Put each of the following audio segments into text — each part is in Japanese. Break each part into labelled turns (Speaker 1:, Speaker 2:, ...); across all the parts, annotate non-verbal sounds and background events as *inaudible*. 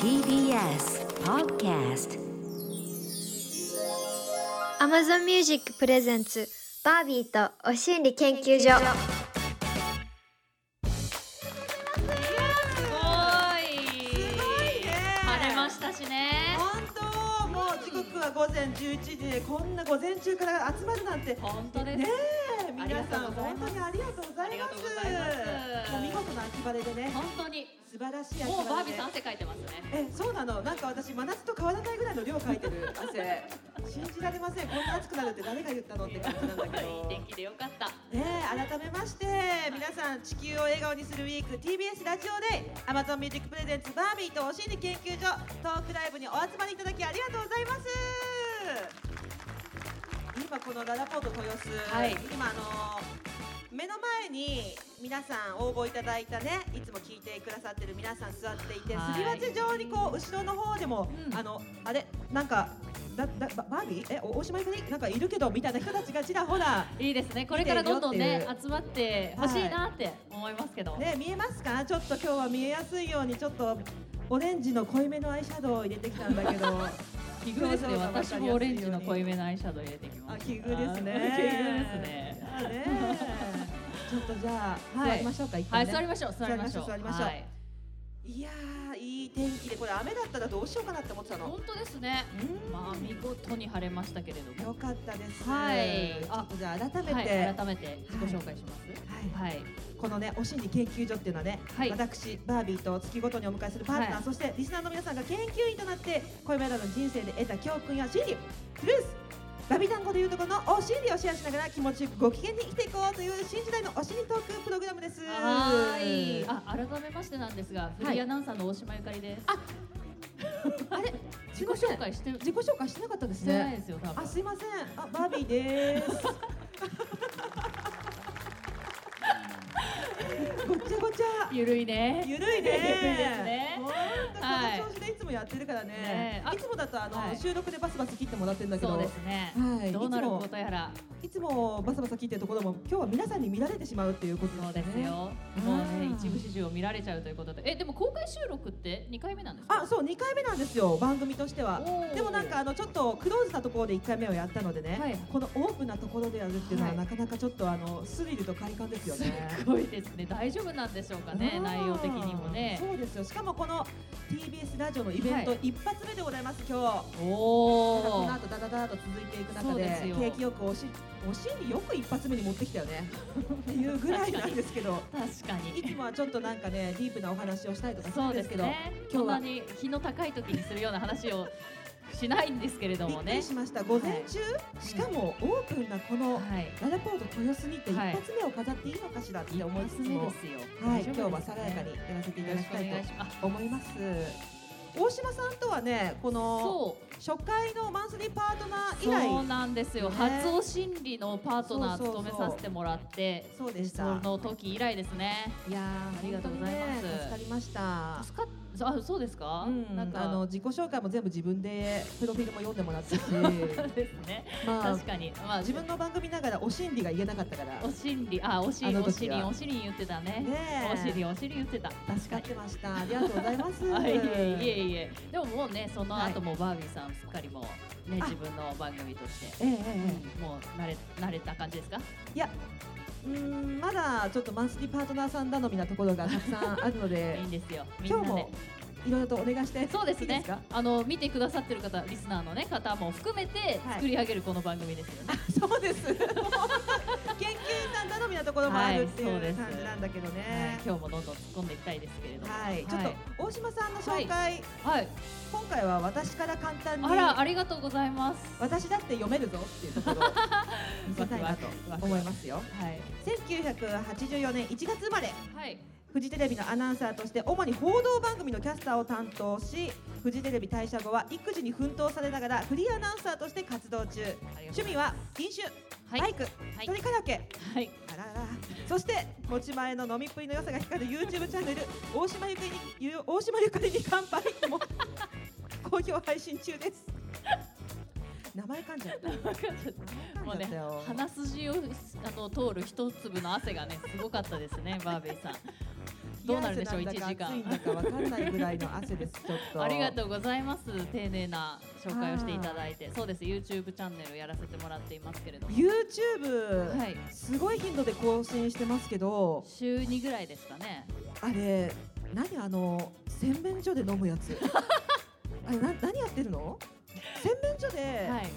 Speaker 1: TBS Podcast
Speaker 2: Amazon Music プレゼンツバービーとお心理研究所
Speaker 3: すごい晴れましたしね
Speaker 4: 本当もう時刻は午前11時でこんな午前中から集まるなんてね
Speaker 3: 本当です、
Speaker 4: え皆さん本当にありがとうございます
Speaker 3: ありがとうございます
Speaker 4: もう見事な秋晴れでね
Speaker 3: 本当に
Speaker 4: 素晴らしい秋晴れで
Speaker 3: もうバービーさん汗かいてますね
Speaker 4: えそうなのなんか私真夏と変わらないぐらいの量かいてる汗信じられませんこんな暑くなるって誰が言ったのって感じなんだけ
Speaker 3: いい
Speaker 4: ど
Speaker 3: 天気でよかった
Speaker 4: ねえ改めまして皆さん地球を笑顔にするウィーク TBS ラジオで Amazon ミュージックプレゼンツバービーとお心理研究所トークライブにお集まりいただきありがとうございます今このララポート豊洲、
Speaker 3: はい
Speaker 4: 今あの目の前に皆さん応募いただいたねいつも聞いてくださってる皆さん座っていて、
Speaker 3: はい
Speaker 4: すり鉢状にこう後ろの方でも、
Speaker 3: うん
Speaker 4: あのあれなんかだだババービーえおおしまいかになんかいるけどみたいな人たちがちらほら
Speaker 3: いいですねこれからどんどん
Speaker 4: 見て
Speaker 3: ね
Speaker 4: るよって
Speaker 3: 集まってほしいなって思いますけど、
Speaker 4: ね、見えますかちょっと今日は見えやすいようにちょっとオレンジの濃いめのアイシャドウを入れてきたんだけ
Speaker 3: *laughs*
Speaker 4: ど
Speaker 3: 奇遇です
Speaker 4: 表
Speaker 3: ね
Speaker 4: 情が
Speaker 3: 私もオレンジの濃いめのアイシャドウ入れてきま
Speaker 4: あ
Speaker 3: した
Speaker 4: 奇遇ですね
Speaker 3: あ奇遇ですね
Speaker 4: あねちょっとじゃあ、
Speaker 3: は
Speaker 4: 座
Speaker 3: い
Speaker 4: りましょうか一
Speaker 3: は
Speaker 4: 回、
Speaker 3: い
Speaker 4: ね
Speaker 3: 座りましょう座りましょう
Speaker 4: 座りましょう
Speaker 3: はい、
Speaker 4: いやーいい天気でこれ雨だったらどうしようかなって思ってたの
Speaker 3: 本当ですね
Speaker 4: うん
Speaker 3: まあ見事に晴れましたけれども
Speaker 4: よかったです
Speaker 3: はい
Speaker 4: ちょっとじゃあ改めて、
Speaker 3: はい、改めて自己紹介します、
Speaker 4: はい
Speaker 3: はい、
Speaker 4: このね、お心理研究所っていうのはね、
Speaker 3: はい
Speaker 4: 私バービーと月ごとにお迎えするパートナー、
Speaker 3: はい
Speaker 4: そしてリスナーの皆さんが研究員となって恋バナの人生で得た教訓や心理、ルース、バビ単語でいうとこのお心理をシェアしながら気持ちよくご機嫌に生きていこうという新時代のお心理トークプログラムです。
Speaker 3: はい。あ、改めましてなんですが、フリーアナウンサーの大島ゆかりです。あ、あれ、自己紹介して
Speaker 4: 自己紹介してなかったです
Speaker 3: してない
Speaker 4: ね。
Speaker 3: ですよ、多分
Speaker 4: あ、。すいません。あ、バービーです。ごっちゃごちゃ。
Speaker 3: ゆるいね。
Speaker 4: ゆるいね。
Speaker 3: ゆるいですね
Speaker 4: ほんと
Speaker 3: はい
Speaker 4: この調子でいつもやってるからね。
Speaker 3: ねえあ
Speaker 4: いつもだとあの、
Speaker 3: はい
Speaker 4: 収録でバスバス切ってもらってるんだけど。
Speaker 3: そうですね。
Speaker 4: はい。
Speaker 3: どうなることやら、
Speaker 4: いつもいつもバサバサ切ってるところも今日は皆さんに見られてしまうっていうこと
Speaker 3: そう
Speaker 4: で
Speaker 3: です
Speaker 4: ね。
Speaker 3: すよ。もう
Speaker 4: う
Speaker 3: ね、
Speaker 4: ん
Speaker 3: 一部始終を見られちゃうということで、え、でも公開収録って二回目なんですか。
Speaker 4: あ、そう二回目なんですよ。番組としては。
Speaker 3: おー
Speaker 4: でもなんかあのちょっとクローズなところで一回目をやったのでね、
Speaker 3: はい
Speaker 4: このオープンなところでやるっていうのは、
Speaker 3: はい
Speaker 4: なかなかちょっとあのスリルと快感ですよね。
Speaker 3: すごいですね。大丈夫なんでしょうかね、
Speaker 4: うん
Speaker 3: 内容的にもね。
Speaker 4: そうですよ。しかもこの TBS ラジオのイベント
Speaker 3: は
Speaker 4: 一発目でございます。今日。
Speaker 3: お
Speaker 4: ただこ
Speaker 3: お
Speaker 4: の。後ダダダーと続いていく中
Speaker 3: そう
Speaker 4: で
Speaker 3: ですよ
Speaker 4: 景気よくおしお尻よく一発目に持ってきたよ
Speaker 3: *laughs*
Speaker 4: ねっていうぐらいなんですけど
Speaker 3: 確か
Speaker 4: いつ
Speaker 3: に。
Speaker 4: もはちょっとなんかねディープなお話をしたりとかする
Speaker 3: そ
Speaker 4: ん
Speaker 3: う
Speaker 4: で
Speaker 3: ですす
Speaker 4: けど
Speaker 3: ね。
Speaker 4: 今日
Speaker 3: そん
Speaker 4: は
Speaker 3: なに日の高い時にするような話をしないんですけれど
Speaker 4: び
Speaker 3: も
Speaker 4: っく
Speaker 3: ね
Speaker 4: り。しました午前中、
Speaker 3: い
Speaker 4: しかもオープンなこの
Speaker 3: はい。
Speaker 4: ララポート豊洲に行って一
Speaker 3: はい
Speaker 4: 発目を飾っていいのかしらって思いつつも、
Speaker 3: すよ。
Speaker 4: はい、今日は爽やかにやらせていた
Speaker 3: よ
Speaker 4: だき
Speaker 3: ろしくお
Speaker 4: たい
Speaker 3: 願いします。
Speaker 4: と思います大島さんとはねこの
Speaker 3: そ
Speaker 4: 初回のマンスリーパートナ
Speaker 3: う、
Speaker 4: ー以来
Speaker 3: そうなんですよ。
Speaker 4: ね
Speaker 3: 発音心理のパートナー
Speaker 4: そうそうそ
Speaker 3: 務
Speaker 4: う
Speaker 3: めさせてもらって、
Speaker 4: そうでし
Speaker 3: そ
Speaker 4: た
Speaker 3: の時以来ですね。
Speaker 4: いやー
Speaker 3: ありがとうございます
Speaker 4: 本当にね助かりました。
Speaker 3: 助かっ、あ、そうですか。
Speaker 4: うん、
Speaker 3: なんか
Speaker 4: あの自己紹介も全部自分でプロフィールも読んでもら
Speaker 3: *laughs*
Speaker 4: ったし、
Speaker 3: ですね。
Speaker 4: まあ
Speaker 3: 確かに、まあ
Speaker 4: 自分の番組ながらお心理が言えなかったから
Speaker 3: お心理、あ、お
Speaker 4: あ
Speaker 3: 尻、
Speaker 4: の
Speaker 3: お
Speaker 4: 時
Speaker 3: 尻、
Speaker 4: は
Speaker 3: お尻言ってたね。
Speaker 4: ねえ
Speaker 3: お尻、お尻言ってた。
Speaker 4: 助かってました。ありがとうござい
Speaker 3: *laughs*
Speaker 4: ます。
Speaker 3: あいえいえいえ、でももうね、その後もバービーさんすっかりもうね、
Speaker 4: あ
Speaker 3: 自分の番組として。
Speaker 4: えええええ
Speaker 3: もう慣れ、慣れた感じですか。
Speaker 4: えうーんまだちょっとマンスリーパートナーさん頼みなところがたくさんあるので
Speaker 3: いいんですよ。 *laughs* みんな
Speaker 4: 今
Speaker 3: で
Speaker 4: 日もいろいろとお願いして
Speaker 3: そうです
Speaker 4: いい
Speaker 3: ね
Speaker 4: ですか
Speaker 3: あの見てくださってる方リスナーの、ね、方も含めて
Speaker 4: はい
Speaker 3: 作り上げるこの番組ですよね、
Speaker 4: そうです研
Speaker 3: *laughs*
Speaker 4: 究員さん頼みなところもあるってい
Speaker 3: はいそうで
Speaker 4: う
Speaker 3: す
Speaker 4: 感じなんだけど
Speaker 3: はい
Speaker 4: ね。
Speaker 3: 今日もどんどん突っ込んでいきたいですけれども
Speaker 4: はい、ちょっ
Speaker 3: はい
Speaker 4: と大島さんの紹介、
Speaker 3: はい、
Speaker 4: 今回は私から簡単に
Speaker 3: あらありがとうございます
Speaker 4: 私だって読めるぞっていうところを見せたいな
Speaker 3: *laughs*
Speaker 4: と思いますよ
Speaker 3: はい、
Speaker 4: 1984年1月生まれ
Speaker 3: はい、
Speaker 4: フジテレビのアナウンサーとして主に報道番組のキャスターを担当しフジテレビ退社後は育児に奮闘されながらフリーアナウンサーとして活動中
Speaker 3: ありがと
Speaker 4: 趣
Speaker 3: う
Speaker 4: 味は飲酒、
Speaker 3: はい
Speaker 4: バイク、
Speaker 3: はい
Speaker 4: 鳥カラオケ
Speaker 3: はい
Speaker 4: あらららそして持ち前の飲みっぷりの良さが光る YouTube チャンネル大島ゆかりに大島ゆかりに乾杯も
Speaker 3: *laughs*
Speaker 4: 好評配信中です名前噛んじゃった
Speaker 3: もうね鼻
Speaker 4: *laughs*
Speaker 3: 筋をあの通る一粒の汗がねすごかったですねバーベイさんどうなるでしょう
Speaker 4: 冷や汗なんだか暑いんだ
Speaker 3: 一時間
Speaker 4: かわかんないぐらいの汗です。ちょっと。
Speaker 3: *laughs* ありがとうございます丁寧な紹介をしていただいてそうです YouTube チャンネルをやらせてもらっていますけれども
Speaker 4: YouTube、
Speaker 3: はい
Speaker 4: すごい頻度で更新してますけど、
Speaker 3: 週2ぐらいですかね
Speaker 4: あれ何あの洗面所で飲むや
Speaker 3: *laughs*
Speaker 4: つ。あれな何やってるの？洗面所で、
Speaker 3: はい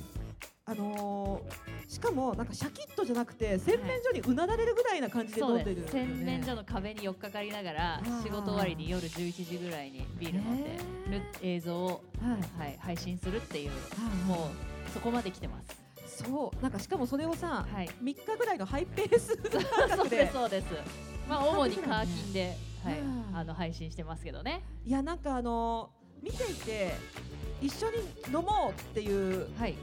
Speaker 4: あのーしかもなんかシャキッとじゃなくて洗面所にうなだれるぐらいな感じで飲
Speaker 3: そ
Speaker 4: ん
Speaker 3: う
Speaker 4: でる、
Speaker 3: です洗面所の壁に寄っかかりながら
Speaker 4: ー
Speaker 3: 仕事終わりに夜11時ぐらいにビール飲んでる映像を、
Speaker 4: はい。
Speaker 3: はい、配信するっていう
Speaker 4: もう
Speaker 3: もうそこまで来てます
Speaker 4: そうなんかしかもそれをさ、
Speaker 3: はい
Speaker 4: 三3日ぐらいのハイペース感
Speaker 3: そう
Speaker 4: 覚
Speaker 3: で
Speaker 4: です
Speaker 3: そうですまあ主に課金で、
Speaker 4: ね
Speaker 3: はい
Speaker 4: うん
Speaker 3: あの配信してますけどね
Speaker 4: いやなんかあの見ていて一緒に飲もうっていう
Speaker 3: はい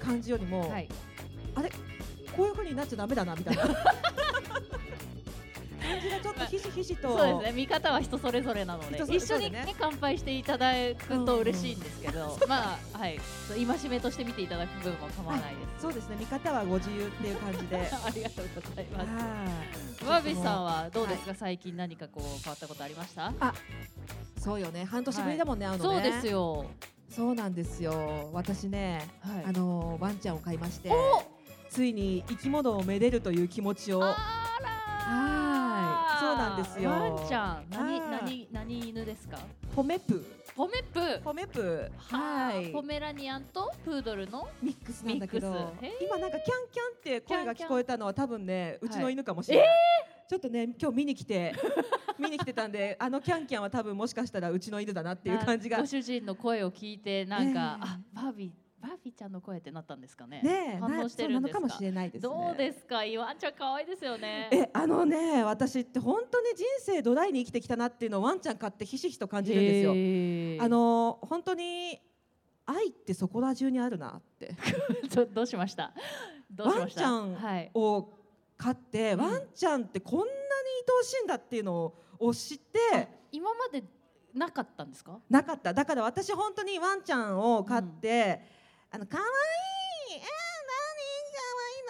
Speaker 4: 感じよりも、
Speaker 3: はい
Speaker 4: こういう風になっちゃダメだなみ
Speaker 3: *laughs*
Speaker 4: たいな感じがちょっとひしひしと、
Speaker 3: そうですね見方は人それぞれなので
Speaker 4: 人それ
Speaker 3: 一
Speaker 4: そ
Speaker 3: 緒
Speaker 4: うだ
Speaker 3: に、
Speaker 4: ね
Speaker 3: ね、乾杯していただくと嬉しいんですけど、まあはいそう戒めとして見ていただく分も構わないです、
Speaker 4: そうですね見方はご自由っていう感
Speaker 3: *laughs*
Speaker 4: じではい
Speaker 3: ありがとうございますわびさんはどうですか、最近何かこう変わったことありました、
Speaker 4: そうよね半年ぶりだもんね、会う
Speaker 3: そ
Speaker 4: の
Speaker 3: う
Speaker 4: ね
Speaker 3: ですよ
Speaker 4: そうなんですよ私ね
Speaker 3: はい
Speaker 4: あのワンちゃんを飼いましてついに生き物をめでるという気持ちを
Speaker 3: あら
Speaker 4: はーいそうなんですよ
Speaker 3: ワンちゃん何
Speaker 4: はい
Speaker 3: 何何犬ですか
Speaker 4: ポメプ
Speaker 3: ポメプ
Speaker 4: ポメプはい
Speaker 3: ポメラニアンとプードルの
Speaker 4: ミックスなんだけ
Speaker 3: ミッ
Speaker 4: ど
Speaker 3: クスへ
Speaker 4: 今なんかキャンキャンって声が聞こえたのは多分ね
Speaker 3: キャ
Speaker 4: う
Speaker 3: ン
Speaker 4: ちの犬かもしれない、ちょっとね今日見に来て *laughs* 見に来てたんであのキャンキャンは多分もしかしたらうちの犬だなっていう感じが
Speaker 3: ご主人の声を聞いてなんか、
Speaker 4: ええ
Speaker 3: あバービーバービーちゃんの声ってなったんですかね
Speaker 4: ねえ
Speaker 3: 反応してるんですか
Speaker 4: なそうなのかもしれないですね
Speaker 3: どうですかイワンちゃん可愛いですよね
Speaker 4: えあのね私って本当に人生ドライに生きてきたなっていうのをワンちゃん飼ってひしひしと感じるんですよあ
Speaker 3: *laughs*
Speaker 4: のー本当に愛ってそこら中にあるなって
Speaker 3: どどうしましたどうしました
Speaker 4: ワンちゃん
Speaker 3: はい
Speaker 4: を飼って、
Speaker 3: うん
Speaker 4: ワンちゃんってこんなに愛おしいんだっていうのを知って
Speaker 3: 今までなかったんですか
Speaker 4: なかっただから私本当にワンちゃんを飼って、あの可愛いえー、何可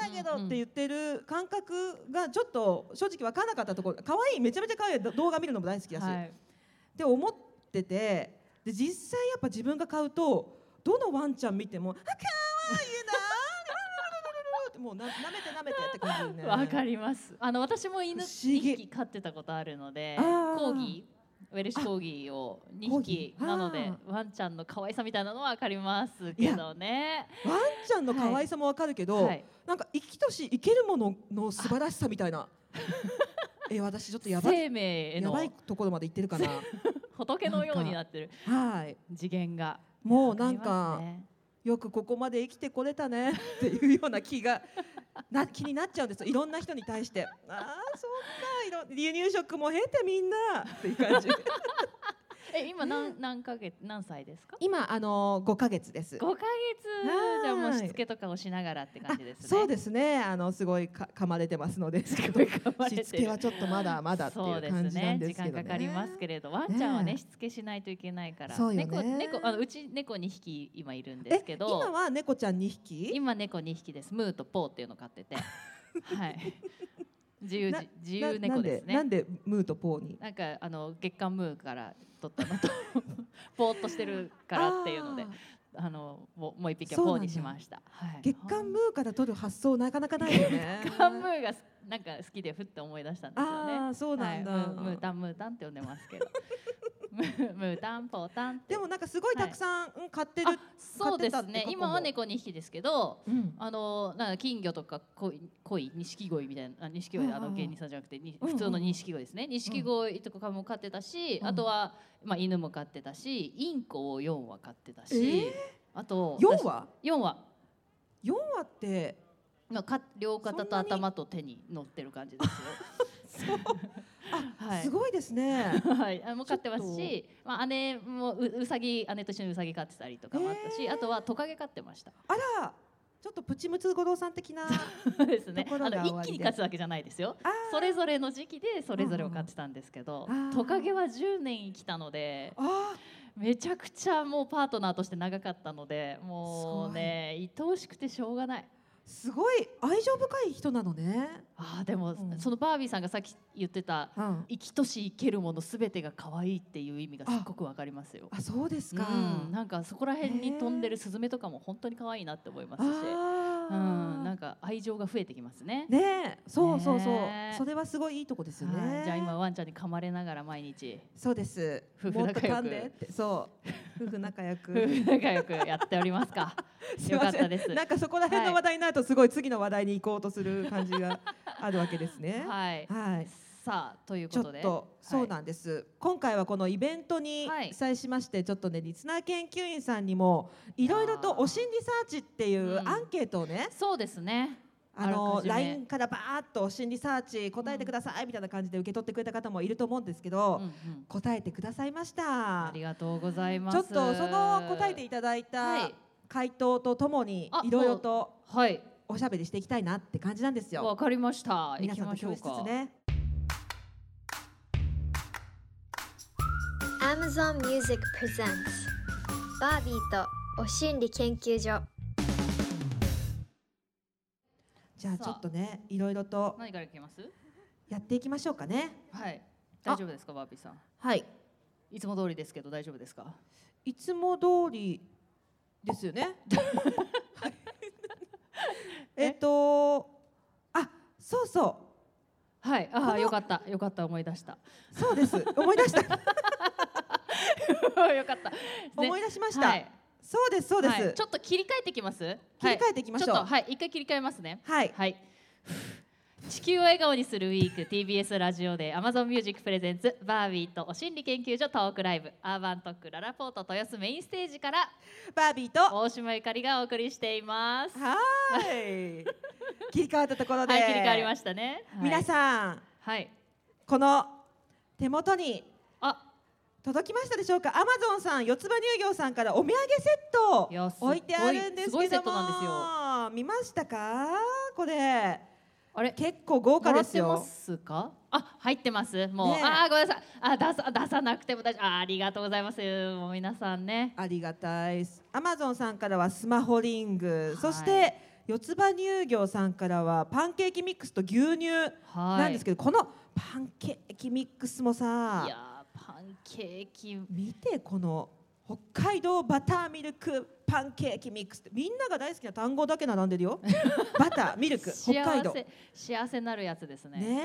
Speaker 4: 愛いんだけ
Speaker 3: うん
Speaker 4: ど
Speaker 3: うん
Speaker 4: って言ってる感覚がちょっと正直分からなかったところ可愛いめちゃめちゃ可愛い動画見るのも大好きだし、
Speaker 3: は
Speaker 4: っ
Speaker 3: い、
Speaker 4: て思っててで実際やっぱ自分が飼うとどのワンちゃん見ても「あ可愛いな
Speaker 3: *laughs*
Speaker 4: ー」ってもうな舐めて舐めてって感じでね。
Speaker 3: わかりますあの私も犬
Speaker 4: 不思議
Speaker 3: 2匹飼ってたことあるので
Speaker 4: あー
Speaker 3: コーギーウェルシュコーギーを
Speaker 4: コ
Speaker 3: 2
Speaker 4: ーギ
Speaker 3: 匹
Speaker 4: ー
Speaker 3: なので
Speaker 4: あ
Speaker 3: ワンちゃんの可愛さみたいなのはわかりますけどね
Speaker 4: ワンちゃんの可愛さもわかるけど、
Speaker 3: はい
Speaker 4: なんか生きとし生けるものの素晴らしさみたいな。 *laughs* え私ちょっとやばい
Speaker 3: 生命へ
Speaker 4: や
Speaker 3: の
Speaker 4: ばいところまで行ってるかな。
Speaker 3: *laughs* 仏のようになってる
Speaker 4: はい。
Speaker 3: 次元が
Speaker 4: もうなんか
Speaker 3: ありますね
Speaker 4: よくここまで生きてこれたねっていうような気がな *laughs* 気になっちゃうんですよ。いろんな人に対して。ああそっか。いろ離乳食も経てみんなっていう
Speaker 3: *laughs*
Speaker 4: 感じ。
Speaker 3: え今何何ヶ月何歳ですか
Speaker 4: 今あの5ヶ月です。
Speaker 3: 5ヶ月
Speaker 4: はーい
Speaker 3: じゃあもうしつけとかをしながらって感じですね
Speaker 4: あ
Speaker 3: *laughs*
Speaker 4: そうですね。あのすごいか噛まれてますので。しつけはちょっとまだまだっていう感じなんですけ
Speaker 3: そうですね時
Speaker 4: どね。
Speaker 3: 間かかりますけれどワンちゃんは
Speaker 4: ね
Speaker 3: ね
Speaker 4: え
Speaker 3: しつけしないといけないから
Speaker 4: そうよね
Speaker 3: 猫猫あのうち猫2匹今いるんで
Speaker 4: え
Speaker 3: すけど
Speaker 4: 今は猫ちゃん2匹
Speaker 3: 今猫2匹ですムーとポーっていうの飼っててはい自由
Speaker 4: な
Speaker 3: 自由猫ですね
Speaker 4: ななんでなんでムーとポーに
Speaker 3: なんかあの月刊ムーから取ったのと *laughs* ポーっとしてるからっていうので
Speaker 4: あー
Speaker 3: あのもうもう一匹は
Speaker 4: そうな
Speaker 3: ポー
Speaker 4: んだ
Speaker 3: にしました、はい、
Speaker 4: 月刊ムーから取る発想なかなかないよね
Speaker 3: *laughs* 月刊ムーがなんか好きでふって思い出したんですよね
Speaker 4: ああそうなんだ、
Speaker 3: はい、ムームータンムータンって呼んでますけどムームータンポータンって
Speaker 4: でもなんかすごいたくさん、うん買ってる
Speaker 3: あそうで
Speaker 4: 飼ってた
Speaker 3: す
Speaker 4: って
Speaker 3: ね
Speaker 4: 過去も
Speaker 3: 今は猫2匹ですけど
Speaker 4: うん
Speaker 3: あのなんか金魚とか鯉鯉錦鯉みたいなあ錦鯉あ
Speaker 4: うんうんう
Speaker 3: の
Speaker 4: ん
Speaker 3: 芸人さんじゃなくてに
Speaker 4: うんうん
Speaker 3: 普通の錦鯉ですね錦鯉とかも飼ってたし、
Speaker 4: うん
Speaker 3: あとは、まあ、犬も飼ってたしインコを4羽飼ってたし、
Speaker 4: え
Speaker 3: あと
Speaker 4: 四話
Speaker 3: 4羽
Speaker 4: 四話って
Speaker 3: のか両肩と
Speaker 4: そんなに
Speaker 3: 頭と手に乗ってる感じです
Speaker 4: そう
Speaker 3: よ。はい
Speaker 4: すごいです
Speaker 3: *laughs*
Speaker 4: ね
Speaker 3: はい、あもう飼ってますし、まあ、姉もううさぎ姉と一緒にうさぎ飼ってたりとかもあったし、
Speaker 4: えー
Speaker 3: あとはトカゲ飼ってました
Speaker 4: *laughs* あらちょっとプチムツ五郎さん的な
Speaker 3: *laughs* そうですね
Speaker 4: とこ
Speaker 3: あ
Speaker 4: ろが
Speaker 3: の
Speaker 4: 終わ
Speaker 3: 一
Speaker 4: りで
Speaker 3: 気に飼つわけじゃないですよ
Speaker 4: あー
Speaker 3: それぞれの時期でそれぞれを飼ってたんですけど
Speaker 4: うんうんあー
Speaker 3: トカゲは10年生きたので
Speaker 4: あ
Speaker 3: めちゃくちゃもうパートナーとして長かったのでもうね愛おしくてしょうがない
Speaker 4: ーすごい愛情深い人なのね。
Speaker 3: あーでも、
Speaker 4: うん
Speaker 3: そのバービーさんがさっき言ってた
Speaker 4: うん、
Speaker 3: 生きとし生けるものすべてが可愛いっていう意味がすっごくわかりますよ。
Speaker 4: あそうですか。
Speaker 3: うん、なんかそこら辺に飛んでるスズメとかも本当に可愛いなって思いますし、
Speaker 4: あ
Speaker 3: う
Speaker 4: ー
Speaker 3: ん、なんか愛情が増えてきますね。
Speaker 4: ねえそうそうそう、
Speaker 3: ねえ
Speaker 4: それはすごいいいとこですよ
Speaker 3: は
Speaker 4: ね
Speaker 3: い。じゃあ今ワンちゃんに噛まれながら毎日
Speaker 4: そうです。
Speaker 3: 夫婦
Speaker 4: もっと
Speaker 3: 仲良く
Speaker 4: 噛んでってそう夫婦仲良
Speaker 3: *laughs* 夫
Speaker 4: く。
Speaker 3: 婦仲良くやっておりま
Speaker 4: *laughs*
Speaker 3: すか。
Speaker 4: すい
Speaker 3: よか
Speaker 4: ま
Speaker 3: っ
Speaker 4: せ
Speaker 3: た
Speaker 4: ん
Speaker 3: です。
Speaker 4: なんかそこら辺の話題になるとすごい次の話題に行こうとする感じがあるわけですね。
Speaker 3: はい。
Speaker 4: はい。
Speaker 3: さあという
Speaker 4: ち
Speaker 3: こ
Speaker 4: ょ
Speaker 3: と
Speaker 4: っ
Speaker 3: で、
Speaker 4: とそうなんです、今回はこのイベントに
Speaker 3: はい
Speaker 4: 記載しまして、ちょっとねリスナー研究員さんにもいろいろとお心理サーチっていう
Speaker 3: うん
Speaker 4: アンケートをね、
Speaker 3: そうですね。
Speaker 4: あの
Speaker 3: あらかじめ
Speaker 4: LINE からバーッとお心理サーチ答えてくださいみたいな感じで受け取ってくれた方もいると思うんですけ
Speaker 3: うん
Speaker 4: ど、
Speaker 3: うん、
Speaker 4: 答えてくださいまし
Speaker 3: あ
Speaker 4: た
Speaker 3: りがとうございま
Speaker 4: ちょっ
Speaker 3: す。
Speaker 4: とその答えていただい
Speaker 3: は
Speaker 4: た
Speaker 3: い
Speaker 4: 回答とともに
Speaker 3: あ
Speaker 4: いろいろと
Speaker 3: はい
Speaker 4: おしゃべりしていきたいなって感じなんですよ
Speaker 3: わかりました。行
Speaker 4: 皆
Speaker 3: き
Speaker 4: さん
Speaker 3: ま
Speaker 4: と
Speaker 3: し
Speaker 4: 共
Speaker 3: ょう
Speaker 4: 有しつつ
Speaker 3: か。
Speaker 4: ね
Speaker 2: Amazon Music Presents バービーとお心理研究所
Speaker 4: じゃあちょっとねいろいろと
Speaker 3: 何からいきます？
Speaker 4: やっていきましょうかね
Speaker 3: はい。大丈夫ですか、バービーさん。
Speaker 4: はい
Speaker 3: いつも通りですけど大丈夫ですか？
Speaker 4: いつも通りですよ
Speaker 3: *laughs*
Speaker 4: ね。えっと、あ、そうそ
Speaker 3: はい。
Speaker 4: こ
Speaker 3: あ
Speaker 4: の
Speaker 3: あよかったよかった思い出
Speaker 4: *laughs*
Speaker 3: した。
Speaker 4: う、そう
Speaker 3: *laughs*
Speaker 4: です。思い出した、
Speaker 3: よかった。ね
Speaker 4: 思い出しました。
Speaker 3: はい
Speaker 4: そうです、そうです。
Speaker 3: はいちょっと切り替えてきます。
Speaker 4: 切り替
Speaker 3: え
Speaker 4: えていきま
Speaker 3: ち
Speaker 4: し
Speaker 3: ょ
Speaker 4: ょう。
Speaker 3: っとはい一回切り替えますね。
Speaker 4: はい、
Speaker 3: はい。地球を笑顔にするウィーク TBS ラジオで Amazon Music Presents バービーとお心理研究所トークライブアーバントックララポート豊洲メインステージから
Speaker 4: バービーと。は
Speaker 3: 大島ゆかりがお送りしています。
Speaker 4: ーい。 *laughs* 切り替わったところで。
Speaker 3: はい、切り替わりましたね。
Speaker 4: 皆
Speaker 3: ん、
Speaker 4: さん、
Speaker 3: はい。
Speaker 4: この手元に
Speaker 3: あ、
Speaker 4: 届きましたでしょうか。アマゾンさん、四つ葉乳業さんからお土産セット
Speaker 3: いやすご
Speaker 4: 置
Speaker 3: い
Speaker 4: いてあるんですけども。
Speaker 3: すごいセットな
Speaker 4: 見ましたか？これ。
Speaker 3: あれ、
Speaker 4: 結構豪華
Speaker 3: もら
Speaker 4: で
Speaker 3: っ
Speaker 4: す
Speaker 3: てま
Speaker 4: よ。
Speaker 3: すか？あ、入ってます。もう、
Speaker 4: ねえ
Speaker 3: あー、ごめんなさい。あ、出さ出さなくても大丈夫。あー、ありがとうございます。もう皆さんね。
Speaker 4: ありがたいです。アマゾンさんからはスマホリング、
Speaker 3: い
Speaker 4: そして四つ葉乳業さんからはパンケーキミックスと牛乳
Speaker 3: はい。
Speaker 4: なんですけど、このパンケーキミックスもさ
Speaker 3: い、やー、パンケーキ。
Speaker 4: 見てこの北海道バターミルクパンケーキミックスってみんなが大好きな単語だけ並んでる
Speaker 3: *laughs*
Speaker 4: よ。バターミルク北海道
Speaker 3: 幸。せ幸せなるやつですね。
Speaker 4: ね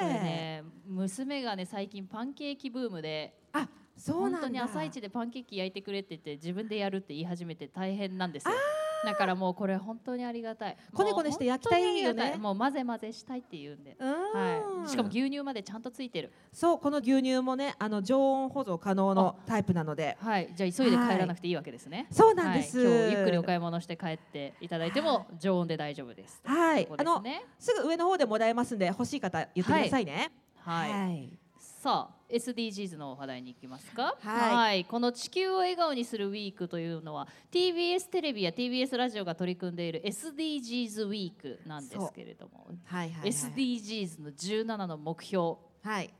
Speaker 3: こ
Speaker 4: え、
Speaker 3: れね娘がね最近パンケーキブームで
Speaker 4: あ、そう
Speaker 3: 本
Speaker 4: なんだ。
Speaker 3: 当に朝一でパンケーキ焼いてくれって言って自分でやるって言い始めて大変なんですよだからもうこれ本当にありがたい
Speaker 4: こねこねして焼きたいよね
Speaker 3: もう本当にありがたもう混ぜ混ぜしたいって言うんで、
Speaker 4: うん
Speaker 3: はい、しかも牛乳までちゃんとついてる
Speaker 4: そうこの牛乳もねあの常温保存可能のタイプなので
Speaker 3: はいじゃあ急いで帰らなくていいわけですね、
Speaker 4: そうなんです、
Speaker 3: はい、今日ゆっくりお
Speaker 4: はい
Speaker 3: 買い物して帰っていただいても常温で大丈夫ですというこ
Speaker 4: あ
Speaker 3: とです
Speaker 4: の
Speaker 3: ね
Speaker 4: すぐ上の方でもらえますんで欲しい方言ってくださいね
Speaker 3: はい、
Speaker 4: い
Speaker 3: さあ SDGs のお話題に行きますか
Speaker 4: はい
Speaker 3: この「地球を笑顔にするウィーク」というのは TBS テレビや TBS ラジオが取り組んでいる SDGs ウィークなんですけれども、
Speaker 4: はいはいはい
Speaker 3: SDGs の17の目標
Speaker 4: はい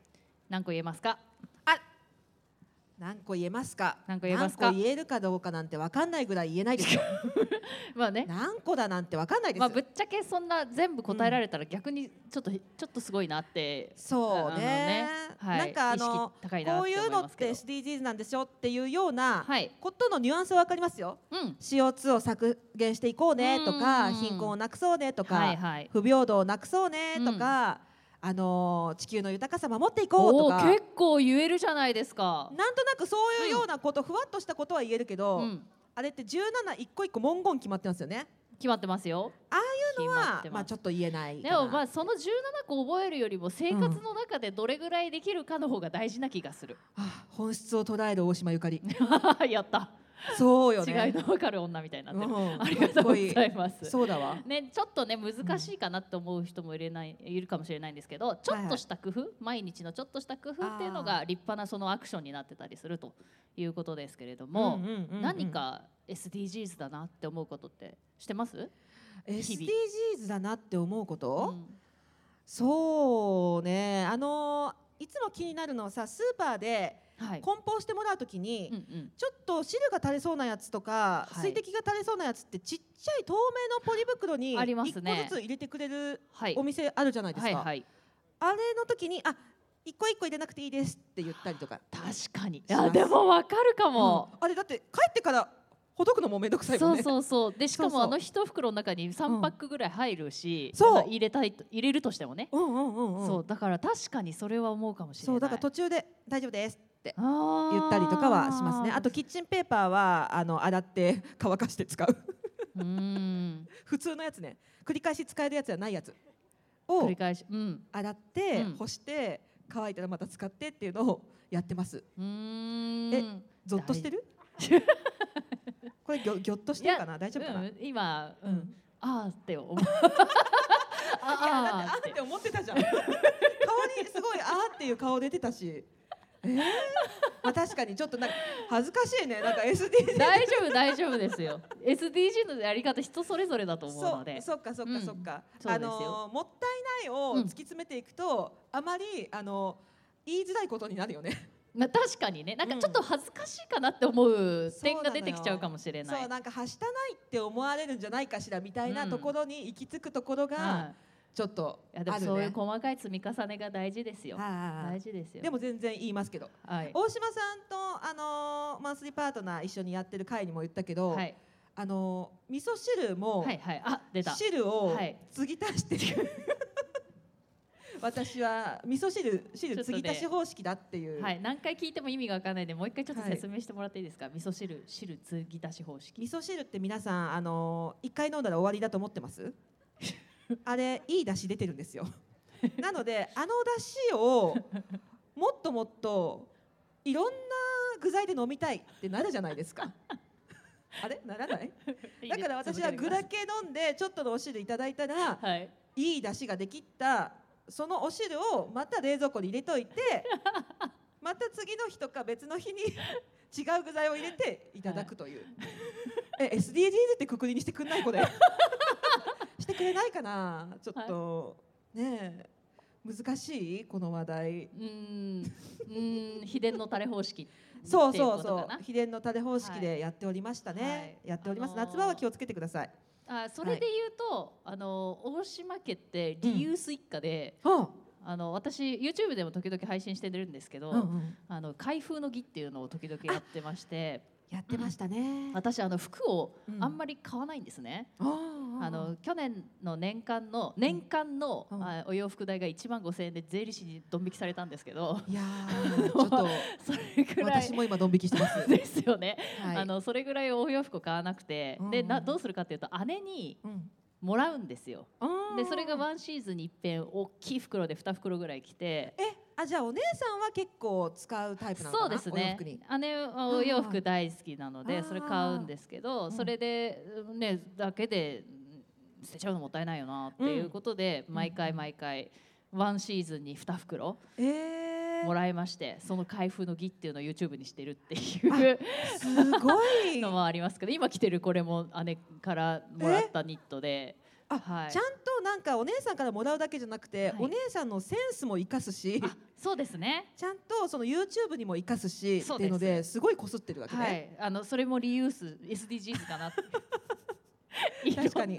Speaker 3: 何個言えますか
Speaker 4: 何個言えますか
Speaker 3: 何個言えますか
Speaker 4: 何個言えるかどうかなんて分かんないぐらい言えない
Speaker 3: *laughs*
Speaker 4: ですよ
Speaker 3: まあね、
Speaker 4: 何個だなんて分かんないです、
Speaker 3: まあ、ぶっちゃけそんな全部答えられたら逆にちょっと、ちょっとすごいなって
Speaker 4: そうね
Speaker 3: あのねはい
Speaker 4: なんかあの
Speaker 3: 意識高いなって
Speaker 4: こ
Speaker 3: 思
Speaker 4: う
Speaker 3: い
Speaker 4: いうのっ
Speaker 3: ますけ
Speaker 4: て
Speaker 3: ど
Speaker 4: SDGs なんでしょっていうような
Speaker 3: はい
Speaker 4: ことのニュアンスは分かりますよ
Speaker 3: うん
Speaker 4: CO2 を削減していこうねと
Speaker 3: う
Speaker 4: か
Speaker 3: ん
Speaker 4: 貧困をなくそうねとか、
Speaker 3: はいはい
Speaker 4: 不平等をなくそうねとか、あのー地球の豊かさ守っていこうと
Speaker 3: お
Speaker 4: か
Speaker 3: ー結構言えるじゃないですか。
Speaker 4: なんとなくそういうようなこと、ふわっとしたことは言えるけど、
Speaker 3: うん、
Speaker 4: あれって17一個一個文言決まってますよね。
Speaker 3: 決まってますよ。
Speaker 4: あ
Speaker 3: あいう
Speaker 4: はまあちょっと言えないか
Speaker 3: で
Speaker 4: な
Speaker 3: もまあその17個覚えるよりも生活の中でどれぐらいできるかの方が大事な気がする。
Speaker 4: あ本質を捉える大島ゆかり
Speaker 3: *laughs* やった、
Speaker 4: そうよ
Speaker 3: 違い
Speaker 4: ね。
Speaker 3: の分かる女みたいになってる。
Speaker 4: うん
Speaker 3: ありがとうございま
Speaker 4: かっこいい
Speaker 3: す。
Speaker 4: そうだわ。
Speaker 3: ね、ちょっとね難しいかなって思う人もいれない、いるかもしれないんですけどちょっとした工夫、毎日のちょっとした工夫っていうのが立派なそのアクションになってたりするということですけれども、
Speaker 4: んんんん
Speaker 3: 何か SDGs だなって思うことってしてます、々
Speaker 4: SDGs だなって思うこ
Speaker 3: う
Speaker 4: と、
Speaker 3: ん
Speaker 4: そうねあのーいつも気になるのはさスーパーで
Speaker 3: はい
Speaker 4: 梱包してもらうときに、
Speaker 3: うんうん
Speaker 4: ちょっと汁が垂れそうなやつとか、
Speaker 3: はい
Speaker 4: 水滴が垂れそうなやつってちっちゃい透明のポリ袋に
Speaker 3: あり
Speaker 4: 1個
Speaker 3: ま
Speaker 4: ず
Speaker 3: すね
Speaker 4: つ入れてくれる
Speaker 3: はい
Speaker 4: お店あるじゃないです
Speaker 3: は
Speaker 4: か、
Speaker 3: いはい
Speaker 4: あれの時にあ一個一個入れなくていいですって言ったりとか
Speaker 3: 確かにい
Speaker 4: しま
Speaker 3: や
Speaker 4: す
Speaker 3: でもわかるかも
Speaker 4: う、んあれだって帰ってからほどくのもめんどくさいも
Speaker 3: そ
Speaker 4: ん
Speaker 3: う
Speaker 4: ね
Speaker 3: そうそうでしか
Speaker 4: そうそう
Speaker 3: もあの一袋の中に3パックぐらい入るし、
Speaker 4: そう
Speaker 3: なんか入れたいと入れるとしてもね、
Speaker 4: うんうんうんうん
Speaker 3: そうだから確かにそれは思うかもしれない
Speaker 4: そうだから途中で大丈夫ですって
Speaker 3: あー
Speaker 4: 言ったりとかはしますねあとキッチンペーパーはあの洗って乾かして使う *laughs*
Speaker 3: うーん
Speaker 4: 普通のやつね繰り返し使えるやつじゃないやつ
Speaker 3: 繰
Speaker 4: を
Speaker 3: り返しうん
Speaker 4: 洗って、
Speaker 3: うん
Speaker 4: 干して乾いたらまた使ってっていうのをやってます
Speaker 3: うーん
Speaker 4: ゾッとしてるこれぎょぎょっとしてるかな大丈夫かな、
Speaker 3: うん今、う
Speaker 4: うんん、
Speaker 3: あーっ
Speaker 4: *laughs*
Speaker 3: て思うあ
Speaker 4: あ
Speaker 3: ーって
Speaker 4: ーって思って
Speaker 3: *laughs*
Speaker 4: たじゃん顔にすごいあーっていう顔出てたしえー、まあ確かにちょっとなんか恥ずかしいねなんか SDGs
Speaker 3: 大丈夫大丈夫ですよ SDG のやり方人それぞれだと思うので
Speaker 4: そうそっかそっ
Speaker 3: う
Speaker 4: か
Speaker 3: ん
Speaker 4: そっか、
Speaker 3: そう
Speaker 4: あ
Speaker 3: ですよ
Speaker 4: のーもったいないを突き詰めていくと、あまりあのー言いづらいことになるよね
Speaker 3: まあ、確かにねなんか
Speaker 4: うん
Speaker 3: ちょっと恥ずかしいかなって思う
Speaker 4: そうな
Speaker 3: 点
Speaker 4: のよ
Speaker 3: が出てきちゃうかもしれない。
Speaker 4: そうなんかはしたないって思われるんじゃないかしらみたいなところに行き着くところ
Speaker 3: は
Speaker 4: がちょっと
Speaker 3: い、いや
Speaker 4: あ
Speaker 3: でも
Speaker 4: るね、
Speaker 3: そういう細かい積み重ねが大事ですよ。
Speaker 4: はい
Speaker 3: 大事ですよ。
Speaker 4: でも全然言いますけど
Speaker 3: はい、
Speaker 4: 大島さんと、あのーマンスリーパートナー一緒にやってる回にも言ったけど、
Speaker 3: はい、
Speaker 4: あのー味噌汁も
Speaker 3: はい、はい、あ、出た。
Speaker 4: 汁を
Speaker 3: はい
Speaker 4: 継ぎ足してる、私は味噌汁汁継ぎ足し方式だっていう、
Speaker 3: はい、何回聞いても意味がわかんないんで、もう一回ちょっと
Speaker 4: はい
Speaker 3: 説明してもらっていいですか。味噌汁、汁継ぎ出し方式。
Speaker 4: 味噌汁って皆さんあのー一回飲んだら終わりだと思ってますあれいい出汁出てるんですよなのであの出汁をもっともっといろんな具材で飲みたいってなるじゃないですかあれならない *laughs* だから私は具だ。け飲んでちょっとのお汁いただいたら
Speaker 3: はい、
Speaker 4: いい出汁ができったそのお汁をまた冷蔵庫に入れといて
Speaker 3: *laughs*
Speaker 4: また次の日とか別の日に *laughs* 違う具材を入れていただくという、え SDGs ってくくりにしてくんない
Speaker 3: *laughs*
Speaker 4: これしてくれないかなちょっと、ねえ難しいこの話題
Speaker 3: うーん、うーん、秘伝のタレ方式。
Speaker 4: そうそう
Speaker 3: ってい
Speaker 4: そう
Speaker 3: ことかな
Speaker 4: う秘伝のタレ方式でやっておりましたね、
Speaker 3: はい
Speaker 4: やっております、
Speaker 3: あのー
Speaker 4: 夏場は気をつけてください、
Speaker 3: あ、それで言うと、あの、大島家ってリユース一家で。
Speaker 4: うん
Speaker 3: あの、私、YouTube でも時々配信してるんですけど。
Speaker 4: うんうん
Speaker 3: あの開封の儀っていうのを時々やってまして
Speaker 4: やってましたね、
Speaker 3: 私あの服を
Speaker 4: うん
Speaker 3: あんまり買わないんですね、
Speaker 4: あ
Speaker 3: あの去年の年間の年間の、
Speaker 4: うん
Speaker 3: あお洋服代が1万5000円で税理士にドン引きされたんですけど
Speaker 4: いや
Speaker 3: *laughs*
Speaker 4: ーちょっと
Speaker 3: それぐらい
Speaker 4: 私も今ドン引きして
Speaker 3: *laughs*
Speaker 4: ます。
Speaker 3: ですよね、
Speaker 4: はい
Speaker 3: あのそれぐらいお洋服を買わなくて、
Speaker 4: うん
Speaker 3: でなどうするかっていうと姉に
Speaker 4: うん
Speaker 3: もらうんですよ
Speaker 4: あー
Speaker 3: でそれがワンシーズンに一遍大きい袋で2袋ぐらい来て
Speaker 4: えあじゃあお姉さんは結構使うタイプなのか
Speaker 3: そう
Speaker 4: な
Speaker 3: です
Speaker 4: お洋
Speaker 3: ね
Speaker 4: 服に。
Speaker 3: 姉はお洋服大好きなの
Speaker 4: あ
Speaker 3: で
Speaker 4: ー
Speaker 3: それ買うんですけど
Speaker 4: ん
Speaker 3: それでねだけでうん捨てちゃうのもったいないよなっていうことで
Speaker 4: うん
Speaker 3: 毎回毎回ワンシーズンに2袋
Speaker 4: えー
Speaker 3: もらいましてその開封の儀っていうのを YouTube にしてるっていう
Speaker 4: すご *laughs* い
Speaker 3: のもありますけど今着てるこれも姉からもらったニットで
Speaker 4: あ、
Speaker 3: はい
Speaker 4: ちゃんとなんかお姉さんからもらうだけじゃなくて、
Speaker 3: はい
Speaker 4: お姉さんのセンスも生かすし
Speaker 3: あそうですね
Speaker 4: ちゃんとその YouTube にも生かすしって
Speaker 3: そう
Speaker 4: い
Speaker 3: です
Speaker 4: うのですごいこすってるわけね。
Speaker 3: はいあのそれもリユース SDGs か
Speaker 4: *laughs*
Speaker 3: なっていろんな
Speaker 4: 確かに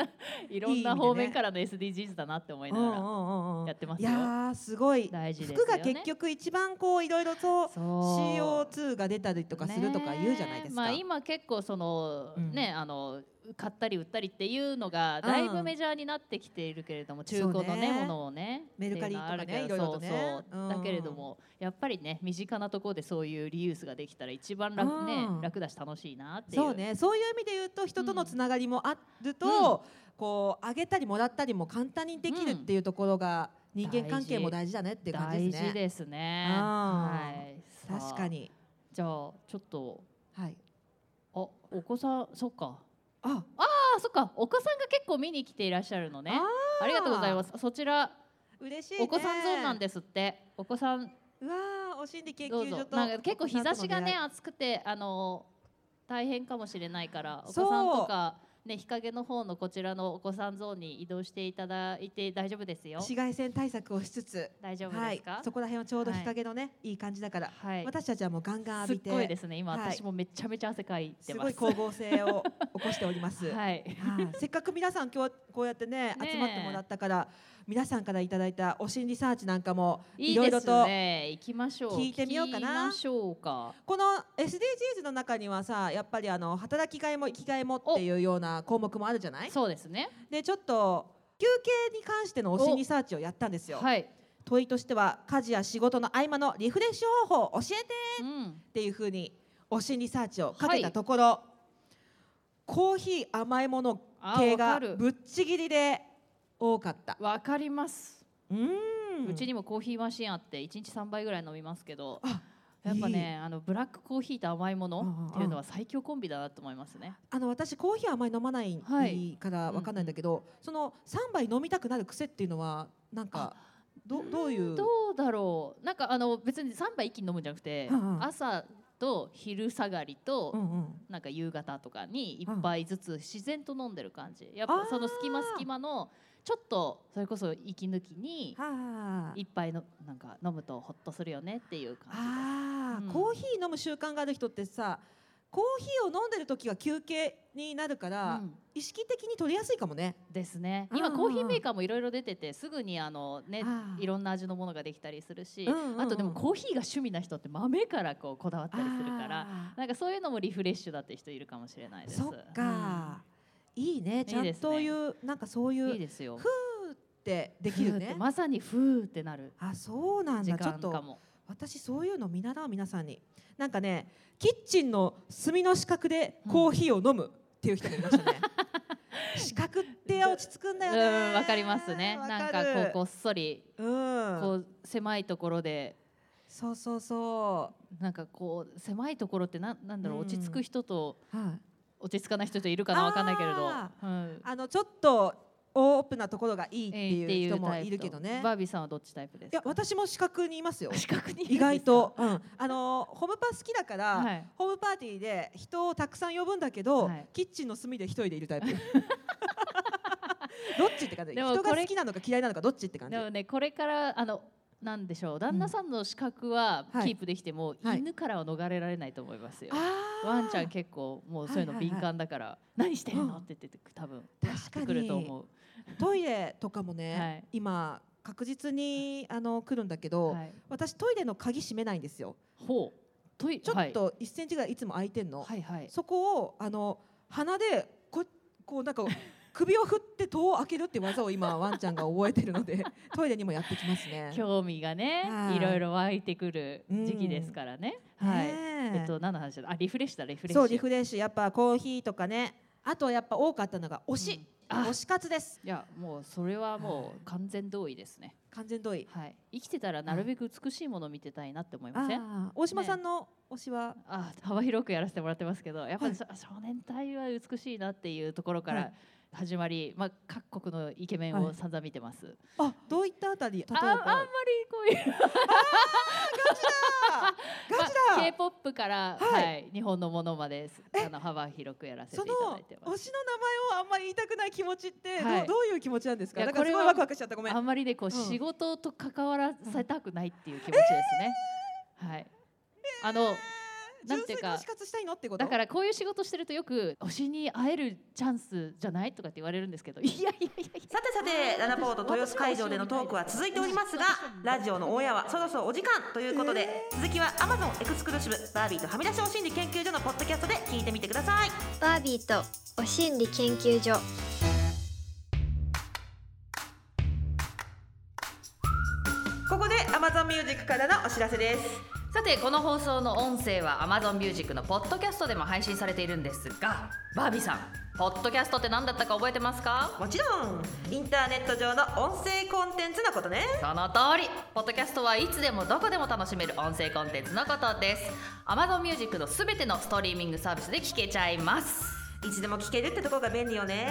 Speaker 3: いろん
Speaker 4: いい意味で
Speaker 3: な
Speaker 4: ね
Speaker 3: 方面からの SDGs だなって思いながら
Speaker 4: うんうんうんうん
Speaker 3: やってます
Speaker 4: い
Speaker 3: よ。
Speaker 4: やーすごい
Speaker 3: 大事ですよね
Speaker 4: 服が結局一番こういろいろと
Speaker 3: そう
Speaker 4: CO2 が出たりとかするとか言うじゃないですか。
Speaker 3: ねえまあ今結構その、
Speaker 4: うん
Speaker 3: ねあの買ったり売ったりっていうのがだいぶメジャーになってきているけれども、中古
Speaker 4: そう
Speaker 3: のね
Speaker 4: ね
Speaker 3: ものをね
Speaker 4: メルカリとかね
Speaker 3: ってうの
Speaker 4: いろい
Speaker 3: は
Speaker 4: ろ
Speaker 3: あ
Speaker 4: と
Speaker 3: るけ
Speaker 4: ね
Speaker 3: どそうそう、
Speaker 4: うん
Speaker 3: だけれどもやっぱりね身近なところでそういうリユースができたら一番楽,、ね
Speaker 4: うん、
Speaker 3: 楽だし楽しいなっていう
Speaker 4: そうねそういう意味で言うと人とのつながりもあると、
Speaker 3: うん
Speaker 4: こうあげたりもらったりも簡単にできるっていうところが人間関係も大事だねっていう感じで
Speaker 3: 大
Speaker 4: すね。
Speaker 3: 事ですね。
Speaker 4: うん
Speaker 3: はい、さあ
Speaker 4: 確かに、
Speaker 3: じゃあちょっと
Speaker 4: はい、
Speaker 3: あお子さんそっか
Speaker 4: あ
Speaker 3: あそっかお子さんが結構見に来ていらっしゃるのね
Speaker 4: あ
Speaker 3: ありがとうございますそちら
Speaker 4: 嬉しいね
Speaker 3: お子さんゾーンなん
Speaker 4: で
Speaker 3: ですってお子さん
Speaker 4: うわーお心理研
Speaker 3: どう
Speaker 4: 究
Speaker 3: ぞ
Speaker 4: 所と
Speaker 3: なんか結構日差しがね
Speaker 4: お子さんとの出会い
Speaker 3: 暑くてあの大変かもしれないからお子
Speaker 4: そう
Speaker 3: さんとかね、日陰の方のこちらのお子さんゾーンに移動していただいて大丈夫ですよ。
Speaker 4: 紫外線対策をしつつ
Speaker 3: 大丈夫
Speaker 4: は
Speaker 3: です
Speaker 4: い
Speaker 3: か、はい、
Speaker 4: そこら辺をちょうど日陰のね、い、い感じだから、
Speaker 3: はい
Speaker 4: 私たちはもうガンガン浴
Speaker 3: す
Speaker 4: び
Speaker 3: ってごいですね今、
Speaker 4: はい
Speaker 3: 私もめちゃめちゃ汗かいて
Speaker 4: す
Speaker 3: ま
Speaker 4: ご
Speaker 3: す
Speaker 4: い光合成を起こしております。
Speaker 3: はい、
Speaker 4: はいせっかく皆さん今日こうやってね
Speaker 3: ねえ
Speaker 4: 集まってもらったから皆さんからいただいたお心理サーチなんかも
Speaker 3: い
Speaker 4: い
Speaker 3: い
Speaker 4: ろい
Speaker 3: で
Speaker 4: ろ
Speaker 3: す
Speaker 4: と
Speaker 3: ね行きましょう
Speaker 4: 聞いてみようかな
Speaker 3: 聞きましょうか
Speaker 4: この SDGs の中にはさやっぱりあの働きがいも生きがいもっていうような項目もあるじゃない
Speaker 3: そうですね
Speaker 4: でちょっと休憩に関してのお心理サーチをやったんですよ、
Speaker 3: はい、
Speaker 4: 問いとしては家事や仕事の合間のリフレッシュ方法を教えて
Speaker 3: うん、
Speaker 4: っていうふうにお心理サーチをかけたところ、コーヒー甘いもの
Speaker 3: あ
Speaker 4: 系
Speaker 3: わか
Speaker 4: が
Speaker 3: る
Speaker 4: ぶっちぎりで多かった
Speaker 3: わかります、
Speaker 4: う
Speaker 3: うんちにもコーヒーマシンあって1日3杯ぐらい飲みますけど
Speaker 4: あ
Speaker 3: やっぱねあのブラックコーヒーと甘いも
Speaker 4: うんうんうん
Speaker 3: のっていうのは最強コンビだなと思いますね、
Speaker 4: あの私コーヒーあんまり飲まない
Speaker 3: はい
Speaker 4: からわかんないんだけど、その3杯飲みたくなる癖っていうのはなんかどどういう
Speaker 3: どうだろうなんかあの別に3杯一気に飲むんじゃなくて、
Speaker 4: うんうん
Speaker 3: 朝と昼下がりと、
Speaker 4: うんうん
Speaker 3: なんか夕方とかに1杯ずつ自然と飲んでる感じやっ
Speaker 4: あ
Speaker 3: ぱ
Speaker 4: ー
Speaker 3: その隙間隙間のちょっとそれこそ息抜きに
Speaker 4: はあ
Speaker 3: 一杯のなんか飲むとホッとするよねっていう感
Speaker 4: あー、
Speaker 3: うん
Speaker 4: コーヒー飲む習慣がある人ってさコーヒーを飲んでる時が休憩になるか
Speaker 3: じ、う
Speaker 4: ら、
Speaker 3: ん、
Speaker 4: 意識的に取りやすいかもね。
Speaker 3: ですね
Speaker 4: あ
Speaker 3: 今
Speaker 4: ー
Speaker 3: コーヒーメーカーもいろいろ出ててすぐにあのね
Speaker 4: あー
Speaker 3: いろんな味のものができたりするし、
Speaker 4: うんうんうん
Speaker 3: あとでもコーヒーが趣味な人って豆からこうこだわったりするから
Speaker 4: あ
Speaker 3: なんかそういうのもリフレッシュだって人いるかもしれない
Speaker 4: ー
Speaker 3: です。
Speaker 4: そっか、いいねちゃんというなんかそうい
Speaker 3: うん、いいうですよ。
Speaker 4: ふーってできる
Speaker 3: ふーっ
Speaker 4: ね
Speaker 3: て。まさにふーってなる
Speaker 4: あそうなん
Speaker 3: 時
Speaker 4: だちょ
Speaker 3: 間
Speaker 4: っと
Speaker 3: かも。
Speaker 4: 私そういうの見習う皆さんになんかねキッチンの炭の四角でコーヒーを飲むっていう人もいました
Speaker 3: *laughs*
Speaker 4: ね、四角って落ち着くんだよね
Speaker 3: うん、わかりますね。
Speaker 4: わ
Speaker 3: なん
Speaker 4: る
Speaker 3: かこうこっそり、
Speaker 4: うん
Speaker 3: こう狭いところで、
Speaker 4: そうそうそ
Speaker 3: なんかこう狭いところってなんなんだろう、
Speaker 4: うん
Speaker 3: 落ち着く人と
Speaker 4: う、はい、
Speaker 3: 落ち着かない人といるかな
Speaker 4: あー
Speaker 3: わかんないけれど、うん、
Speaker 4: あのちょっとオープンなところがいいっ
Speaker 3: え
Speaker 4: て
Speaker 3: いって
Speaker 4: いう
Speaker 3: い
Speaker 4: 人
Speaker 3: う
Speaker 4: も
Speaker 3: タイプ
Speaker 4: いるけどね
Speaker 3: バービーさんはどっちタイプです
Speaker 4: いや
Speaker 3: か？
Speaker 4: 私も四角にいます
Speaker 3: *laughs*
Speaker 4: よ
Speaker 3: 視覚に
Speaker 4: 意外と、うん、あのホームパ好きだから、
Speaker 3: はい
Speaker 4: ホームパーティーで人をたくさん呼ぶんだけど、
Speaker 3: はい
Speaker 4: キッチンの隅で一人でいる
Speaker 3: *laughs*
Speaker 4: タイプ。どっちって感じ。
Speaker 3: でもこ
Speaker 4: 人
Speaker 3: れ
Speaker 4: が好きなのか嫌いなのかどっちって感じ
Speaker 3: で。もねこれからあのなんでしょう旦那さんの視覚は
Speaker 4: はい
Speaker 3: キープできても、
Speaker 4: はい
Speaker 3: 犬からは逃れられないと思いますよ。
Speaker 4: あー
Speaker 3: ワンちゃん結構もうそういうの
Speaker 4: はいはいはい
Speaker 3: 敏感だから、何してるの、
Speaker 4: うん
Speaker 3: って言って多分
Speaker 4: 確かに
Speaker 3: 来ると思
Speaker 4: トイレとかも
Speaker 3: は
Speaker 4: ね
Speaker 3: い、
Speaker 4: 今確実にあの来るんだけ
Speaker 3: う。
Speaker 4: ど、
Speaker 3: はい、
Speaker 4: 私トイレの鍵閉めないんですよ。
Speaker 3: ほうとい
Speaker 4: ちょ
Speaker 3: は
Speaker 4: っ
Speaker 3: い
Speaker 4: と1センチぐらいいつも開いてんの。
Speaker 3: はいはい。
Speaker 4: そこをあの鼻でここうなん
Speaker 3: *laughs*
Speaker 4: か首を振って戸を開けるって技を今ワンちゃんが覚えてるのでトイレにもやってきますね。
Speaker 3: 興味がね、
Speaker 4: はい
Speaker 3: いろいろ湧いてくる時期ですからね。はい。
Speaker 4: ねえ
Speaker 3: えっと何の話だ？あリフレッシュだリフレッシュ。
Speaker 4: そうリフレッシュやっぱコーヒーとかねあとやっぱ多かったのが推し、
Speaker 3: うんあ
Speaker 4: 推し活です
Speaker 3: いやもうそれはもう完全同意ですね。
Speaker 4: 完全同意
Speaker 3: はい。生きてたらなるべく美しいものを見てたいなって思いません？
Speaker 4: あー
Speaker 3: あ
Speaker 4: 大島さんの推しは、
Speaker 3: 幅広くやらせてもらってますけどやっぱ
Speaker 4: はい
Speaker 3: り、少年隊は美しいなっていうところか
Speaker 4: は
Speaker 3: ら
Speaker 4: い
Speaker 3: 始まり、まあ、各国のイケメン
Speaker 4: は
Speaker 3: を
Speaker 4: い
Speaker 3: 散々見てます、
Speaker 4: あどういったあたり例え
Speaker 3: ああん *laughs* ま
Speaker 4: ば
Speaker 3: りこういう
Speaker 4: ガチだ、
Speaker 3: まあ K-POP から、
Speaker 4: は
Speaker 3: はいい日本のものまであの幅広くやらせてい
Speaker 4: そ
Speaker 3: た
Speaker 4: の
Speaker 3: だいてます
Speaker 4: 推しの名前をあんまり言いたくない気持ちって、どう
Speaker 3: はい
Speaker 4: どういう気持ちなんですか
Speaker 3: いや
Speaker 4: なんかす
Speaker 3: こ
Speaker 4: ごい
Speaker 3: れは
Speaker 4: ワクワクしちゃったごめん
Speaker 3: あんまりねこ
Speaker 4: う
Speaker 3: う、
Speaker 4: ん
Speaker 3: 仕事と関わらせたくないっていう気持ちですね。はい。あのなん
Speaker 4: 純
Speaker 3: てい
Speaker 4: 粋
Speaker 3: う
Speaker 4: に
Speaker 3: か
Speaker 4: 推し活したいのってこと
Speaker 3: だからこういう仕事してるとよく推しに会えるチャンスじゃないとかって言われるんです
Speaker 1: *laughs*
Speaker 3: けどいやいやいやいや
Speaker 1: さてさてラナポート豊洲会場でのトークは続いておりますがラジオのオンエアはそろそろお時間ということで、続きは Amazon エクスクルーシブバービーとはみ出しお心理研究所のポッドキャストで聞いてみてください
Speaker 2: バービーとお心理研究所
Speaker 1: ここで Amazon ミュージックからのお知らせです
Speaker 5: さてこの放送の音声は Amazon Music のポッドキャストでも配信されているんですがバービーさんポッドキャストって何だったか覚えてますか
Speaker 1: もちろんインターネット上の音声コンテンツのことね
Speaker 5: その通りポッドキャストはいつでもどこでも楽しめる音声コンテンツのことです Amazon Music のすべてのストリーミングサービスで聞けちゃいます
Speaker 4: いつでも聞けるってところが便利よね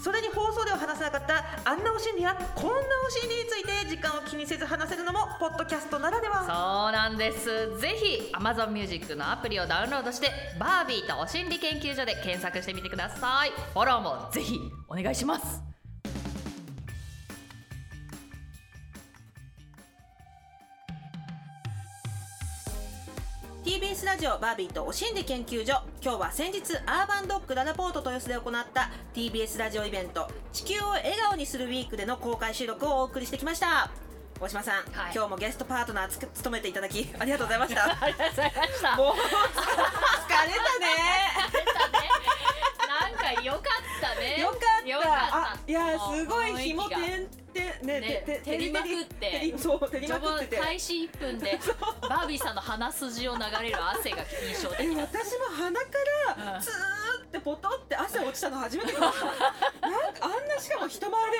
Speaker 4: それに放送では話せなかったあんなお心理やこんなお心理について時間を気にせず話せるのもポッドキャストならでは
Speaker 3: そうなんですぜひ Amazon Music のアプリをダウンロードして「バービーとお心理研究所」で検索してみてくださいフォローもぜひお願いします
Speaker 4: そう TBS ラジオバービーとお心理研究所今日は先日アーバンドッグララポート豊洲で行った TBS ラジオイベント「地球を笑顔にするウィーク」での公開収録をお送りしてきました大島さん、
Speaker 3: はい
Speaker 4: 今日もゲストパートナーつく務めていただきありがとうございました
Speaker 3: *laughs* ありがとうございました
Speaker 4: もう疲れたね
Speaker 3: なんかよかったね
Speaker 6: よかった
Speaker 3: よか
Speaker 6: あ
Speaker 3: っ
Speaker 6: いや
Speaker 3: もう
Speaker 6: すごい
Speaker 3: 雰囲気
Speaker 6: 紐
Speaker 3: が
Speaker 6: てんてんねて
Speaker 3: ね
Speaker 6: て
Speaker 3: 照りまくって
Speaker 6: 照りそう照り
Speaker 3: 序
Speaker 6: まくっ
Speaker 3: 盤
Speaker 6: てて
Speaker 3: 開始1分 *laughs* でバービーさんの鼻筋を流れる汗が印象的
Speaker 6: え私
Speaker 3: だ
Speaker 6: も鼻か
Speaker 3: う
Speaker 6: ら
Speaker 3: ん
Speaker 6: ツーってポトって汗落ちたの初めてかも
Speaker 3: *laughs*
Speaker 6: しれないなんかあんなしかも人前で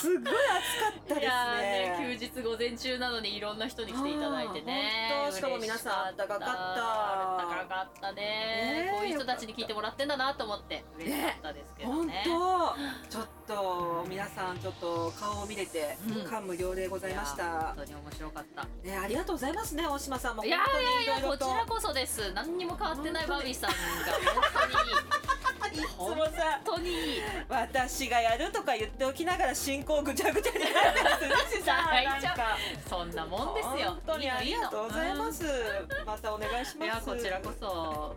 Speaker 6: すっごい暑かった
Speaker 3: い
Speaker 6: で
Speaker 3: や
Speaker 6: す
Speaker 3: ー
Speaker 6: ね
Speaker 3: ね休日午前中なのにいろんな人に来ていただいてね
Speaker 4: うん本当しかも皆さん
Speaker 3: 嬉
Speaker 4: 暖かかった
Speaker 3: あったかかったね
Speaker 6: ねえ
Speaker 3: こういう人たちに聞いてもらってんだなと思って嬉しかったですけど
Speaker 6: 本
Speaker 3: ね
Speaker 6: 当ちょっと皆さんちょっと顔を見れて
Speaker 3: うん
Speaker 6: 感無量でございまし
Speaker 3: いやー
Speaker 6: た
Speaker 3: 本、当に面白かった
Speaker 6: ね、ありがとうございますね大島さんも
Speaker 3: いや
Speaker 6: 本当に
Speaker 3: いやいや
Speaker 6: 色々
Speaker 3: ことちらこそです何にも変わってないバービーさんが
Speaker 6: いつもさ
Speaker 3: *laughs* 本当に本当にいい
Speaker 6: 私がやるとか言っておきながら進行ぐちゃぐちゃになってるしさ
Speaker 3: *laughs* 大丈
Speaker 6: な
Speaker 3: 夫
Speaker 6: んか
Speaker 3: そんなもんですよ
Speaker 6: 本当にありがとうございます
Speaker 3: い
Speaker 6: またお願いし
Speaker 3: のいいの
Speaker 6: ま
Speaker 3: うんいや
Speaker 6: す
Speaker 3: こちらこそ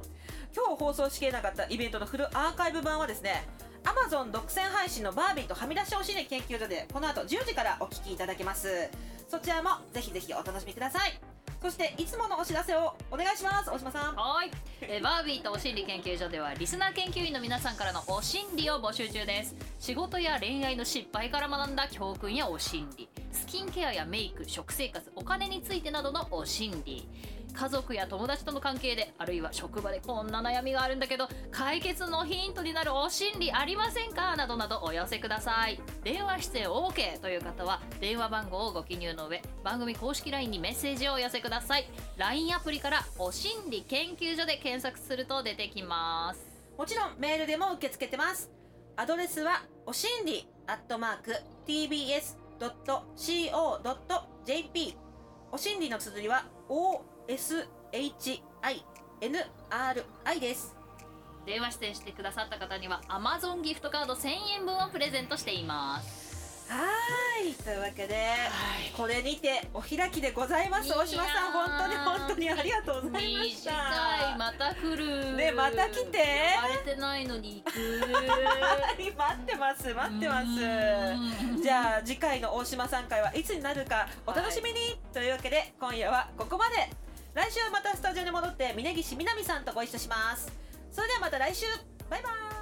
Speaker 4: 今日放送しきれなかったイベントのフルアーカイブ版はですね Amazon 独占配信のバービーとはみ出しお心理研究所でこの後10時からお聞きいただけますそちらもぜひぜひお楽しみくださいそしていつものお知らせをお願いします大島さん
Speaker 3: はい、えーバービーとお心理研究所ではリスナー研究員の皆さんからのお心理を募集中です仕事や恋愛の失敗から学んだ教訓やお心理スキンケアやメイク食生活お金についてなどのお心理家族や友達との関係であるいは職場でこんな悩みがあるんだけど解決のヒントになるお心理ありませんかなどなどお寄せください電話出演 OK という方は電話番号をご記入の上番組公式 LINE にメッセージをお寄せください LINE アプリから「お心理研究所」で検索すると出てきます
Speaker 4: もちろんメールでも受け付けてますアドレスはお心理アットマーク tbs.co.jp お心理の綴りは oshinri です
Speaker 3: 電話出演してくださった方には Amazon ギフトカード1000円分をプレゼントしています
Speaker 4: はーいというわけでこれにてお開きでございます
Speaker 3: いやー
Speaker 4: 大島さん本当に本当にありがとうございまし
Speaker 3: 短い
Speaker 4: た
Speaker 3: また来る
Speaker 4: ねまた来て
Speaker 3: 呼ばれてないのに行く
Speaker 4: はい待ってます *laughs* 待ってます
Speaker 3: うん
Speaker 4: じゃあ次回の大島さん会はいつになるかお楽しみに、というわけで今夜はここまで来週またスタジオに戻って峯岸みなみさんとご一緒しますそれではまた来週バイバイ